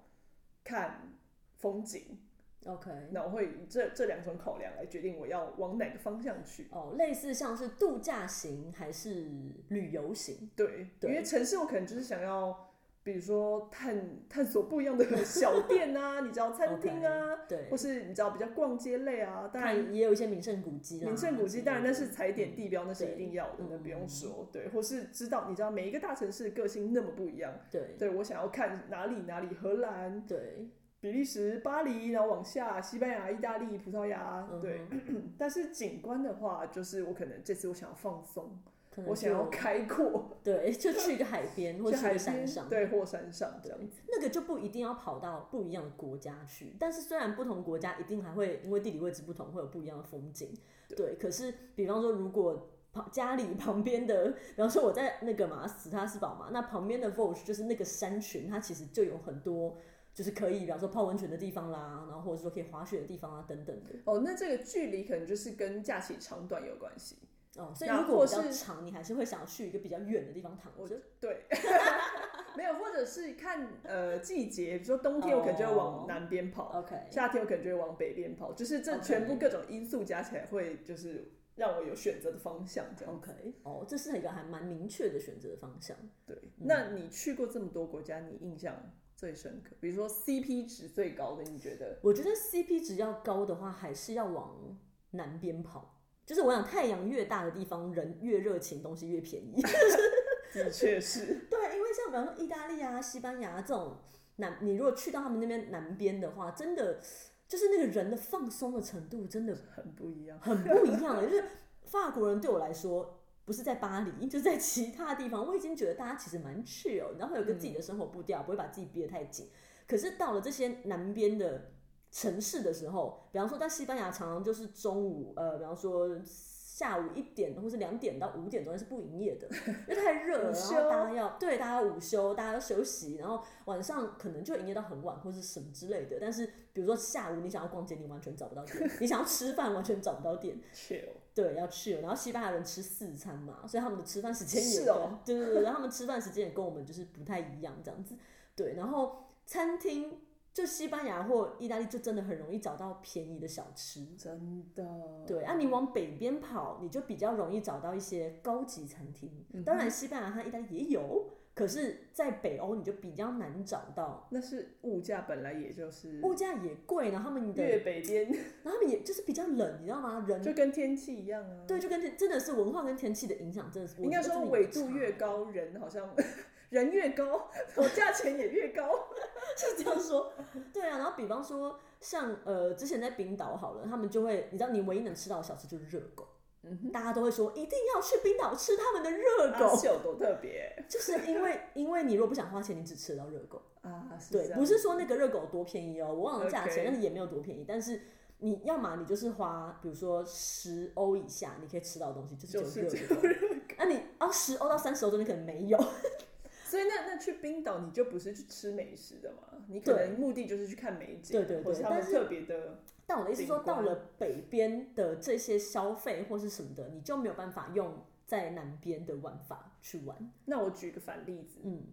B: 看风景，
A: ，OK。
B: 那我会以这这两种考量来决定我要往哪个方向去。
A: 哦，类似像是度假型还是旅游型？
B: 对，
A: 对
B: 因为城市我可能就是想要，比如说探探索不一
A: [laughs]
B: 样的小店啊，你知道餐厅啊
A: OK，对
B: 或是你知道比较逛街类啊，当然
A: 看也有一些名胜古迹啦，
B: 名胜古迹当然那
A: 但
B: 是踩点地标，那
A: 嗯
B: 是
A: 对
B: 一定要的，那不
A: 嗯
B: 用说。对，或是知道你知道每一个大城市个性那么不一样，
A: 对
B: 对我想要看哪里哪里，荷兰、
A: 对，
B: 比利时、巴黎，然后往下西班牙、意大利、葡萄牙，
A: 嗯
B: 对。
A: 哼，
B: 但是景观的话，就是我可能这次我想要放松，
A: 可能
B: 我想要
A: 就
B: 开阔，
A: 对，就去一个海边或
B: 去
A: 去一
B: 海
A: 个山
B: 边
A: 上，，
B: 对，或山上这样子。
A: 那个就不一定要跑到不一样的国家去，但是虽然不同国家一定还会因为地理位置不同会有不一样的风景，对。可是比方说，如果旁家里旁边的，比方说我在那个嘛斯塔斯堡嘛，那旁边的 Vosges 就是那个山群，它其实就有很多就是可以，比方说泡温泉的地方啦，然后或者说可以滑雪的地方啊等等的。
B: 哦，那这个距离可能就是跟假期长短有关系。
A: 哦，所以
B: 那
A: 如果
B: 或
A: 比较
B: 是
A: 长，你还是会想去一个比较远的地方躺
B: 我
A: 着。
B: 对，
A: 啊
B: 没有，或者是看呃季节，比如说冬天我可能就会
A: 哦
B: 往南边跑
A: OK，
B: 夏天我可能就会往北边跑，就是这
A: OK
B: 全部各种因素加起来，会就是让我有选择的方向这样子。
A: OK，哦，这是一个还蛮明确的选择方向。
B: 对，
A: 嗯
B: 那你去过这么多国家，你印象最深刻，比如说 CP 值最高的，你觉
A: [laughs]
B: 得？
A: 我觉得 CP 值要高的话，还是要往南边跑。就是我想，太阳越大的地方，人越热情，东西越便宜。 [laughs]
B: 的确是，
A: 对，因为像比方说意大利啊、西班牙这种南，你如果去到他们那边南边的话，真的就是那个人的放松的程度真的
B: 很不一样。
A: 很不一样了。就是法国人对我来说。不是在巴黎，就是在其他地方，我已经觉得大家其实蛮 chill，然后有个自己的生活步调，不会把自己憋得太紧。可是到了这些南边的城市的时候，比方说在西班牙，常常就是中午，呃，比方说下午一点或是两点到五点钟是不营业
B: [laughs]
A: 的，因为太热了，
B: 午
A: 然
B: 休
A: 后大家要对大家要午休，大家要休息，然后晚上可能就营业到很晚或是什么之类的。但是比如说下午你想要逛街，你完全找不到
B: [laughs]
A: 店；你想要吃饭，完全找不到店。
B: Chill，
A: 对，要去了。然后西班牙人吃四餐嘛，所以他们的吃饭时间也
B: 是
A: 跟、
B: 哦
A: 对对对，然后他们吃饭时间也跟我们就是不太一样这样子。对，然后餐厅就西班牙或意大利就真的很容易找到便宜的小吃。
B: 真的。
A: 对，啊，你往北边跑，你就比较容易找到一些高级餐厅。
B: 嗯哼
A: 当然，西班牙和意大利也有，可是，在北欧你就比较难找到，
B: 那是物价本来也就是
A: 物价也贵，然后他们的，
B: 嗯
A: 嗯
B: 越北边，
A: 然后他们也就是比较冷，你知道吗？人
B: 就跟天气一样啊。
A: 对，，就跟天真的是文化跟天气的影响，真的是我
B: 应该
A: 觉得
B: 说
A: 真的有
B: 纬度
A: 差
B: 越高，人好像 [laughs] 人越高，我价钱也越高。
A: [laughs] 是这样说，对啊。然后比方说像呃之前在冰岛好了，他们就会你知道你唯一能吃到的小吃就是热狗，
B: 嗯哼，啊
A: 大家都会说一定要去冰岛吃他们的热
B: 阿
A: 狗，
B: 秀多特别
A: 就是因为因为你如果不想花钱，你只吃得到热狗。
B: 啊，是
A: 对
B: 这，样
A: 不是说那个热狗多便宜哦，我忘了价钱
B: OK
A: 但是也没有多便宜。但是你要么你就是花，比如说十欧以下，你可以吃到的东西就
B: 就是是
A: 只有热
B: 只有
A: 狗。
B: 热狗。
A: 那、你哦，十欧到三十欧中间可能没有，
B: 所以那那去冰岛你就不是去吃美食的嘛，你可
A: 对
B: 能目的就是去看美景，啊
A: 对对对
B: 或是他们
A: 但是
B: 特别的
A: 但我的意思是说，
B: 景观
A: 到了北边的这些消费或是什么的，你就没有办法用在南边的玩法去玩。
B: 那我举个反例子，
A: 嗯，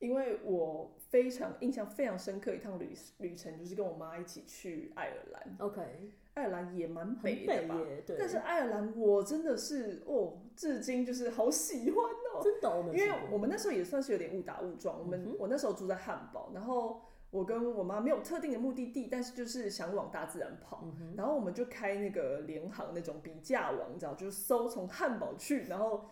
B: 因为我非常印象非常深刻一趟旅旅程，就是跟我妈一起去爱尔兰。
A: OK，
B: 爱尔兰也蛮
A: 很
B: 嗯北
A: 北
B: 的吧？
A: 耶，对，
B: 但是爱尔兰我真的是哦，至今就是好喜欢哦，
A: 真的嗯我们
B: 因为我们那时候也算是有点误打误撞。我们、我那时候住在汉堡，然后我跟我妈没有特定的目的地，但是就是想往大自然跑，
A: 嗯
B: 然后我们就开那个联航那种比价网，你知道，就是搜从汉堡去，然后。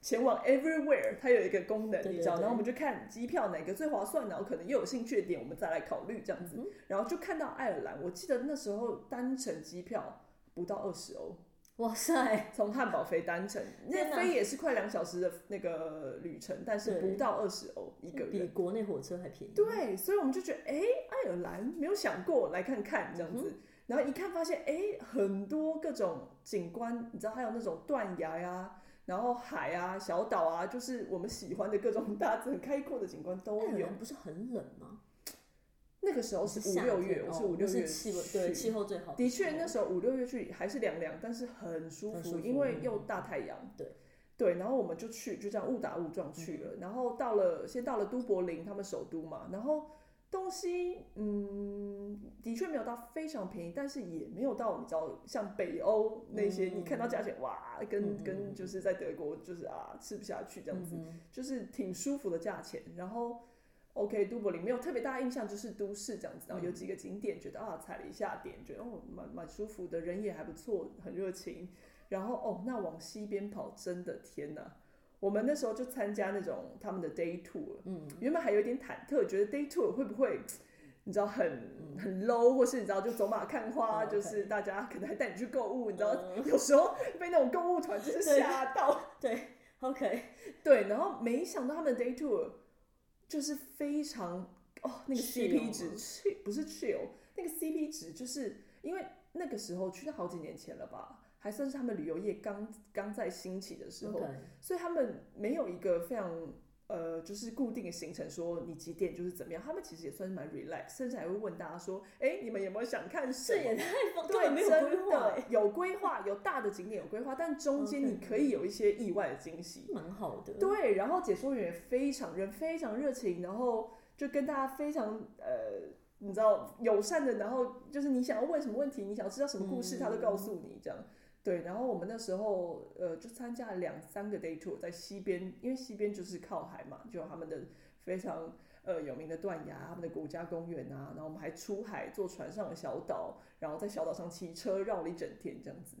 B: 前往 everywhere，它有一个功能，
A: 对对
B: 你知道，
A: 对
B: 然后我们就看机票哪个最划算，然后可能又有兴趣的点，我们再来考虑这样子。
A: 嗯
B: 然后就看到爱尔兰，我记得那时候单程机票不到二十欧，
A: 哇塞，
B: 从汉堡飞单程，
A: 天
B: 那
A: 哪
B: 飞也是快两小时的那个旅程，但是
A: 对
B: 不到二十欧一个
A: 比
B: 人。
A: 国内火车还便宜，
B: 对，啊所以我们就觉得，哎、爱尔兰没有想过来看看这样
A: 嗯
B: 子。然后一看发现，哎、很多各种景观，你知道，还有那种断崖呀、然后海啊、小岛啊，就是我们喜欢的各种 [laughs] 大自然开阔的景观都
A: 爱尔
B: 有。
A: 兰不是很冷吗？
B: 那个时候是五
A: 夏
B: 六
A: 天
B: 月，我
A: 哦
B: 是五六
A: 是
B: 月
A: 气温对
B: 去
A: 气候最好
B: 的
A: 时
B: 确，
A: 候
B: 那时候五六月去还是凉凉，但是很舒服，
A: 很舒服嗯
B: 因为又大太阳。
A: 对嗯
B: 对，然后我们就去，就这样误打误撞去了。然后到了，先到了都柏林，他们首都嘛。然后东西，嗯，的确没有到非常便宜，但是也没有到你知道像北欧那些，你看到价
A: 嗯
B: 钱哇，跟、跟就是在德国就是啊吃不下去这样子，
A: 嗯
B: 就是挺舒服的价钱。然后 OK，都柏林没有特别大的印象，就是都市这样子，然后有几个景点，觉得啊踩了一下点，觉得哦蛮蛮舒服的，人也还不错，很热情。然后哦，那往西边跑，真的天哪！我们那时候就参加那种他们的 day tour，嗯，原本还有点忐忑，觉得 day tour 会不会你知道很很 low，或是你知道就走马看花，
A: 嗯，OK
B: 就是大家可能还带你去购物，你知道、有时候被那种购物团就是
A: 对
B: 吓到，
A: 对，OK，
B: 对，然后没想到他们的 day tour 就是非常哦，那个
A: Chill
B: CP
A: 吗
B: 值去不是 chill，那个 CP 值就是因为那个时候去到好几年前了吧，还算是他们旅游业刚刚在兴起的时候
A: OK
B: 所以他们没有一个非常。呃，就是固定的行程，说你几点就是怎么样。他们其实也算是蛮 relax，甚至还会问大家说：“哎、你们有没有想看什
A: 这
B: 么？”
A: 也太疯，根
B: 对，
A: 本没有
B: 真
A: 规划
B: 的
A: 欸，
B: 有规划，有大的景点有规划，但中间
A: OK
B: 你可以有一些意外的惊喜。
A: 蛮好的，
B: 对，然后解说员也非常人非常热情，然后就跟大家非常呃，你知道友善的，然后就是你想要问什么问题，你想要知道什么故事，他都告诉你这样。对，然后我们那时候呃就参加了两三个 day tour，在西边，因为西边就是靠海嘛，就有他们的非常呃有名的断崖，他们的国家公园啊，然后我们还出海坐船上的小岛，然后在小岛上骑车绕了一整天这样子。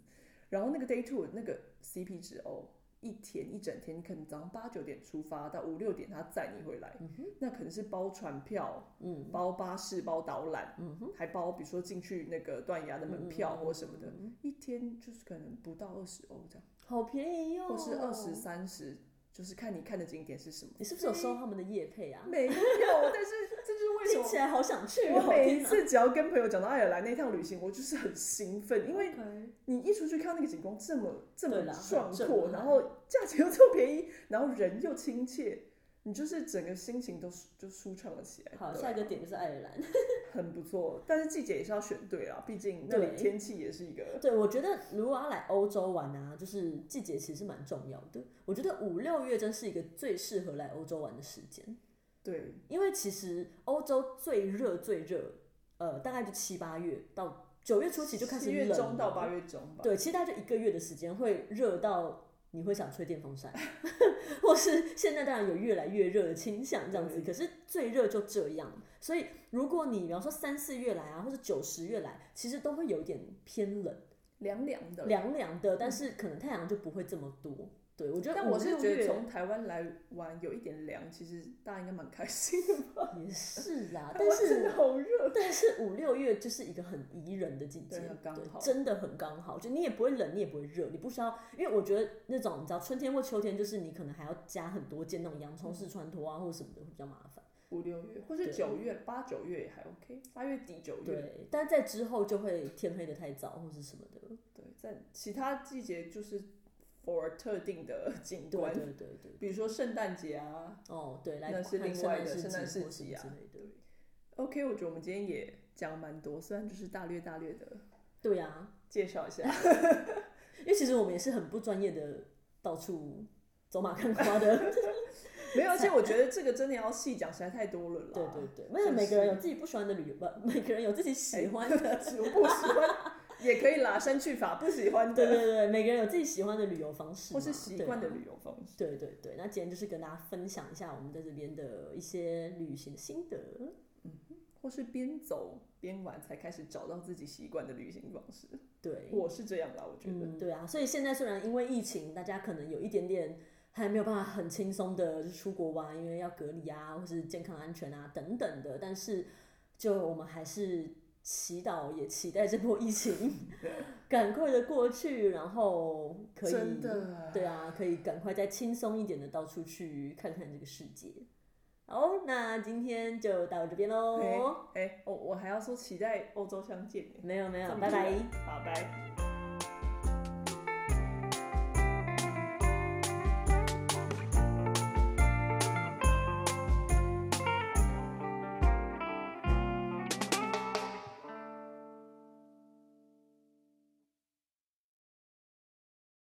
B: 然后那个 day tour 那个 CP 值哦，一天一整天，你可能早上八九点出发，到五六点他载你回来，
A: 嗯
B: 那可能是包船票，嗯，包巴士，包导览，嗯、还包比如说进去那个断崖的门
A: 嗯
B: 票或什么的，一天就是可能不到二十欧这样，
A: 好便宜哦，
B: 或是二十，三十，就是看你看的景点是什么。
A: 你是不是有收他们的夜配啊？
B: 没有，但是这就是为什
A: 听
B: 么
A: 起来好想去哦，[laughs]
B: 我每一
A: 天哪
B: 次只要跟朋友讲到爱尔兰那趟旅行，我就是很兴奋，因为
A: OK
B: 你一出去看到那个景观这么这
A: 对
B: 么
A: 啦
B: 壮
A: 很震
B: 阔，
A: 撼
B: 然后价钱又这么便宜，然后人又亲切，你就是整个心情都舒就舒畅了起来。
A: 好，
B: 对啊
A: 下一个点就是爱尔兰。
B: 很不错，但是季节也是要选对啊，毕竟那
A: 对
B: 里天气也是一个
A: 对，我觉得如果要来欧洲玩啊，就是季节其实蛮重要的。我觉得五六月真是一个最适合来欧洲玩的时间，
B: 对
A: 因为其实欧洲最热最热，呃，大概就七八月到九月初起就开始
B: 七月
A: 冷
B: 中到
A: 了
B: 八月中吧。
A: 对，其实大概就一个月的时间会热到你会想吹电风扇， [laughs] 或是现在当然有越来越热的倾向这样子，
B: 对
A: 可是最热就这样。所以如果你比方说三四月来啊，或者九十月来，其实都会有一点偏冷。
B: 凉凉的。
A: 凉凉的，但是可能太阳就不会这么多。对我觉得，
B: 嗯但我是觉得从台湾来玩有一点凉，其实大家应该蛮开心的吧。，
A: 也是啦
B: [laughs]
A: 啊但
B: 台湾真
A: 是
B: 的好热，
A: 但是五六月就是一个很宜人的季节，
B: 对很刚好
A: 对真的很刚好。就你也不会冷，你也不会热，你不需要，因为我觉得那种你知道春天或秋天，就是你可能还要加很多件那种洋葱式穿脱啊或者什么的，会比较麻烦。
B: 五六月或是
A: 对
B: 九月八九月也还 OK，八月底九月
A: 对，但在之后就会天黑的太早或是什么的。
B: 对，在其他季节就是 for 特
A: [laughs]
B: 定的景
A: 对
B: 观，
A: 对对对，
B: 比如说圣诞节啊。
A: 哦对，来
B: 那
A: 看
B: 是
A: 圣
B: 另外
A: 诞
B: 的
A: 市
B: 圣诞
A: 集
B: 市
A: 或什
B: 集
A: 么
B: 啊
A: 之类的。
B: OK，我觉得我们今天也讲蛮多，虽然就是大略大略的
A: 对啊，
B: 介绍一下，
A: [laughs]
B: [laughs]
A: 因为其实我们也是很不专业的，到处走马看花的
B: 没有，而且我觉得这个真的要细讲，实在太多了啦。
A: 对对对，没有每个人有自己不喜欢的旅游，不每个人有自己喜欢的。[laughs]
B: 哎喜欢不喜欢也可以啦，删去法不喜欢
A: 对
B: 的，
A: 对对，每个人有自己喜欢的旅游方式嘛，
B: 或是习惯的
A: 对啊
B: 旅游方式。
A: 对对对，那今天就是跟大家分享一下我们在这边的一些旅行心得。
B: 或是边走边玩才开始找到自己习惯的旅行方式。
A: 对，
B: 我是这样啦，我觉得。
A: 嗯，对啊，所以现在虽然因为疫情，大家可能有一点点还没有办法很轻松的就出国玩，因为要隔离啊，或是健康安全啊等等的，但是就我们还是祈祷，也期待这波疫
B: [laughs]
A: 情赶快的过去，然后可以
B: 真的
A: 对啊，可以赶快再轻松一点的到处去看看这个世界。好，那今天就到这边喽。
B: 哦哎、哎，我、我还要说期待欧洲相见耶。
A: 没有没有
B: 这，么
A: 拜拜。
B: 久，好拜。